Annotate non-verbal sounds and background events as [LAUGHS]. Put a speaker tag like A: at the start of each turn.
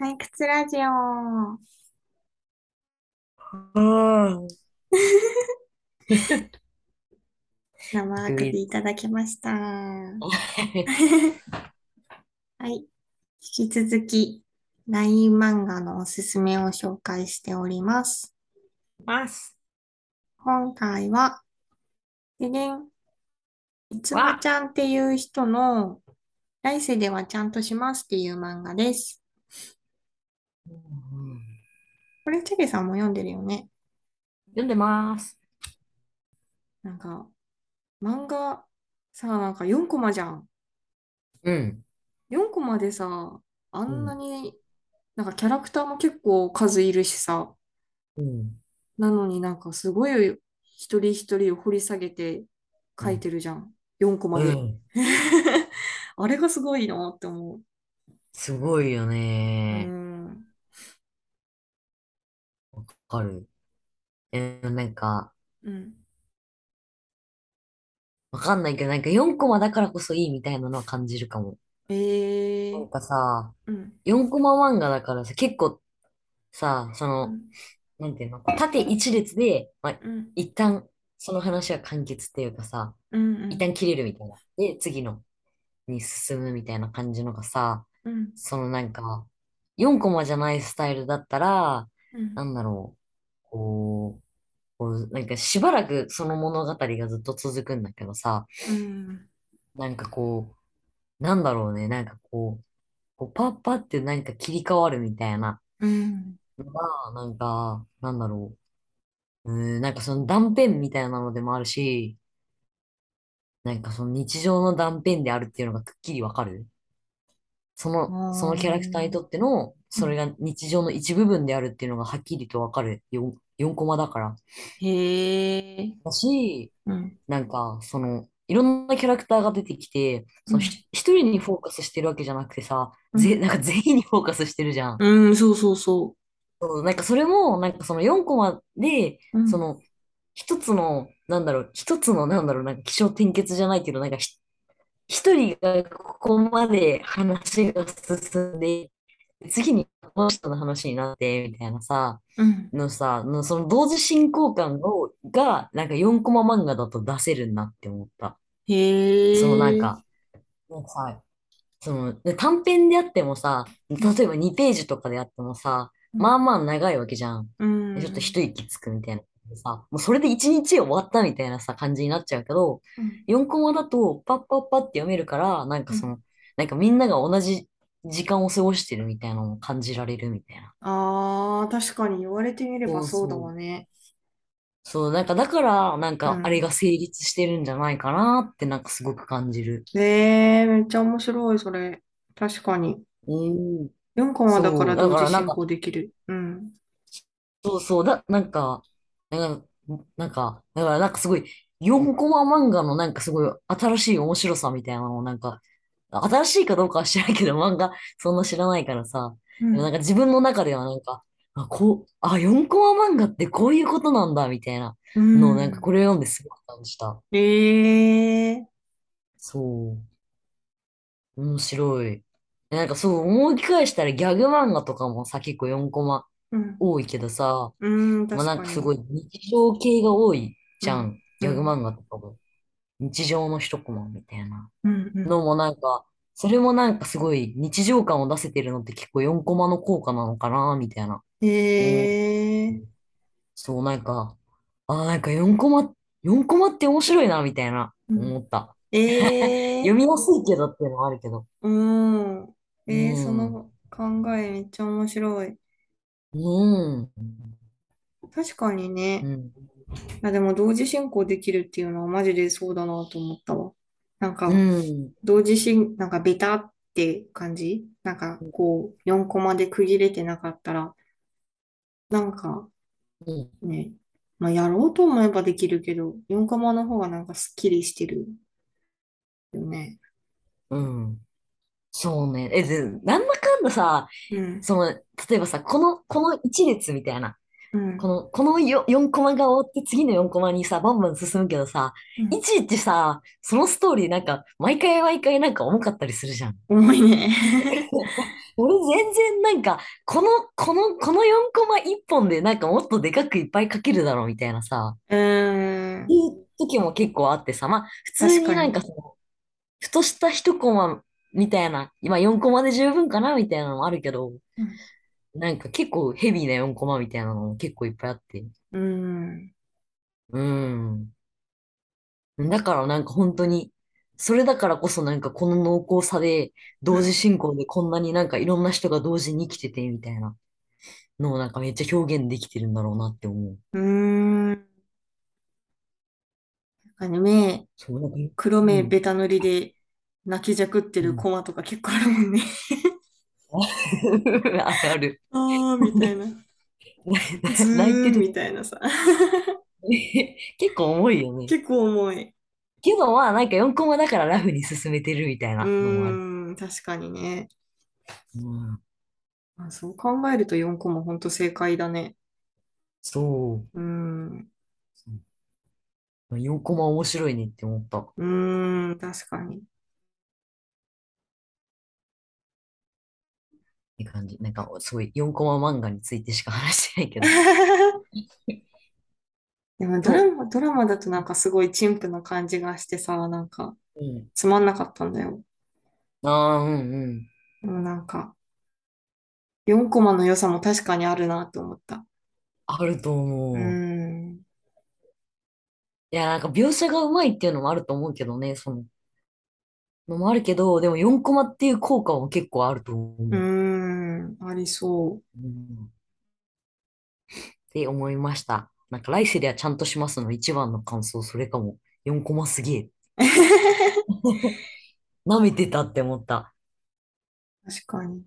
A: 採掘ラジオ。
B: うん。
A: 生あくびいただきました。はい。引き続き、LINE 漫画のおすすめを紹介しております。
B: ます。
A: 今回は、ででん、いつまちゃんっていう人の、来世ではちゃんとしますっていう漫画です。これ、チェゲさんも読んでるよね。
B: 読んでます。
A: なんか、漫画、さあ、なんか4コマじゃん。
B: うん。
A: 4コマでさ、あんなに、なんかキャラクターも結構数いるしさ、
B: うん。
A: なのになんかすごい一人一人を掘り下げて書いてるじゃん。4コマで。 [LAUGHS] あれがすごいなって思う。
B: すごいよ
A: う
B: ね。
A: ん。
B: わかる。え、なんか、
A: うん。
B: わかんないけど、なんか4コマだからこそいいみたいなのは感じるかも。
A: え
B: なん
A: ー。
B: かさ、
A: うん。
B: 4コマ漫画だからさ、結構さ、そうの、
A: ん。
B: なんていうの、縦一列で、まあ、
A: うん。
B: 一旦その話は完結っていうかさ、
A: うん。う
B: 一
A: ん。
B: 旦切れるみたいな。で、次のに進むみたいな感じのがさ、
A: うん。
B: そのなんか、4コマじゃないスタイルだったら、
A: うん
B: なんだろう、こう、こうなんかしばらくその物語がずっと続くんだけどさ、
A: うん。
B: なんかこう、なんだろうね、なんかこう、こうパッパってなんか切り替わるみたいな、
A: うん。
B: まあ、なんか、なんだろう、うーん、なんかその断片みたいなのでもあるし、なんかその日常の断片であるっていうのがくっきりわかる。その、そのキャラクターにとっての、それが日常の一部分であるっていうのがはっきりとわかる。4、四コマだから。
A: へえ。
B: だし、
A: うん。
B: なんか、その、いろんなキャラクターが出てきて、その、ひ一人にフォーカスしてるわけじゃなくてさ、ぜ、なんか全員にフォーカスしてるじゃん。
A: うん、そうそうそ
B: そう、なんかそれも、なんかその4コマで、
A: う。うん
B: その、一つの、なんだろう、一つの、なんだろう、なんか起承転結じゃないけど、なんかひ、一人がここまで話が進んで、次にこの人の話になって、みたいなさ、
A: うん。
B: のさ、のその同時進行感を、が、なんか4コマ漫画だと出せるなって思った。
A: へ
B: そのなん
A: え。
B: か、なんかさ、その、で短編であってもさ、例えば2ページとかであってもさ、
A: うん
B: まあまあ長いわけじゃん。
A: うん。
B: でちょっと一息つくみたいな。さ、もうそれで一日終わったみたいなさ、感じになっちゃうけど、
A: うん
B: 4コマだとパッパッパって読めるから、なんかその、なんかみんなが同じ時間を過ごしてるみたいなのを感じられるみたいな。
A: ああ、確かに言われてみればそうだわね。
B: そう、なんかだから、なん
A: う
B: か
A: ん
B: あれが成立してるんじゃないかなってなんかすごく感じる。
A: ねえ、めっちゃ面白い、それ。確かに。
B: うん。
A: 4コマだから
B: そうだ
A: 同
B: から
A: 時
B: なん
A: 進
B: か
A: 行できる。うん。
B: そうそう、だ、なんか、なんか、なんか、だからなんかすごい、4コマ漫画のなんかすごい新しい面白さみたいなのをなんか、新しいかどうかは知らないけど、漫画そんな知らないからさ、
A: う
B: でもなん
A: ん。
B: か自分の中ではなんか、あ、こう、あ、4コマ漫画ってこういうことなんだ、みたいなのをなんかこれを読んですごく感じた。
A: うんええ
B: そう。面白い。でなんかそう思い返したらギャグ漫画とかもさ、結構4コマ
A: うん。
B: 多いけどさ、
A: うん、
B: まあ、
A: 確
B: なん
A: か
B: かす
A: に。
B: ごい日常系が多いじゃ
A: うん
B: ん。ギャグ漫画とかも。日常の一コマみたいな
A: うん、うん。
B: のもなんか、それもなんかすごい日常感を出せてるのって結構4コマの効果なのかなみたいな。お
A: ええ
B: そうなんか、あーなんか4コマ、4コマって面白いなみたいな
A: うん
B: 思った。
A: ええ
B: 読みやすいけどっていうのもあるけど。
A: うん。
B: う
A: ええそ
B: ん。
A: の考えめっちゃ面白い。
B: うん。
A: 確かに
B: う
A: ね。
B: ん。
A: あ、でも同時進行できるっていうのはマジでそうだなと思ったわ。なん
B: う
A: か、
B: ん。
A: 同時進、なんかベタって感じなんかこう、4コマで区切れてなかったら、なんか
B: うん
A: ね、まあやろうと思えばできるけど、4コマの方がなんかスッキリしてるよね。
B: うんそうね。え、で、なんだかんださ、
A: うん、
B: その、例えばさ、この、この一列みたいな、
A: う
B: こ
A: ん、
B: の、このよ4コマが終わって次の4コマにさ、バンバン進むけどさ、
A: う
B: い
A: ん。
B: ちいちさ、そのストーリーなんか、毎回毎回なんか重かったりするじゃん。
A: 重いね。
B: 俺全然なんか、この、この、この4コマ1本でなんかもっとでかくいっぱい書けるだろうみたいなさ、
A: うーん。
B: いう時も結構あってさ、まあ普通
A: 確
B: に
A: か
B: なん
A: に。
B: かその、ふとした1コマみたいな、今4コマで十分かなみたいなのもあるけど、
A: うん。
B: なんか結構ヘビーな4コマみたいなのも結構いっぱいあって。
A: うーん
B: うん。だからなんか本当に、それだからこそなんかこの濃厚さで、
A: う
B: 同時
A: ん
B: 進行でこんなになんかいろんな人が同時に生きててみたいなのをなんかめっちゃ表現できてるんだろうなって思う。
A: うーんなんかね、目、
B: そう、なんか、
A: 黒
B: う
A: 目
B: ん。
A: ベタ塗りで泣きじゃくって
B: う
A: る
B: ん。
A: コマとか結構あるもんね。
B: あるある。
A: ああ、みたいな。ず
B: 泣いて
A: ー
B: る
A: みたいなさ。
B: ね。 [LAUGHS] 結構重いよね。
A: 結構重い。
B: けどまあなんか4コマだからラフに進めてるみたいうなのもある。
A: ーん、確かにね。
B: うん。
A: あ、そう考えると4個も本当正解だね。
B: そう
A: ーん、
B: う。4コマ面白いねって思った。
A: うーん、確かに。 [LAUGHS]
B: って感じ。なんか、すごい4コマ漫画についてしか話してない [LAUGHS] けど。
A: でもドラ
B: と、
A: マ、ドラマだとなんかすごい陳腐な感じがしてさ、なんか
B: うん。
A: つまんなかったんだよ。
B: ああ、うんうん。
A: もうなんか4コマの良さも確かにあるなと思った。
B: あると
A: うー
B: 思う。
A: ん、
B: いや、なんか描写がうまいっていうのもあると思うけどね、その、のもあるけど、でも4コマっていう効果も結構あると
A: う
B: 思う。
A: ーん、ありそう。
B: うんって思いました。なんか来世ではちゃんとしますの一番の感想、それかも。4コマすげ [LAUGHS] え。舐めてたって思った。
A: 確かに。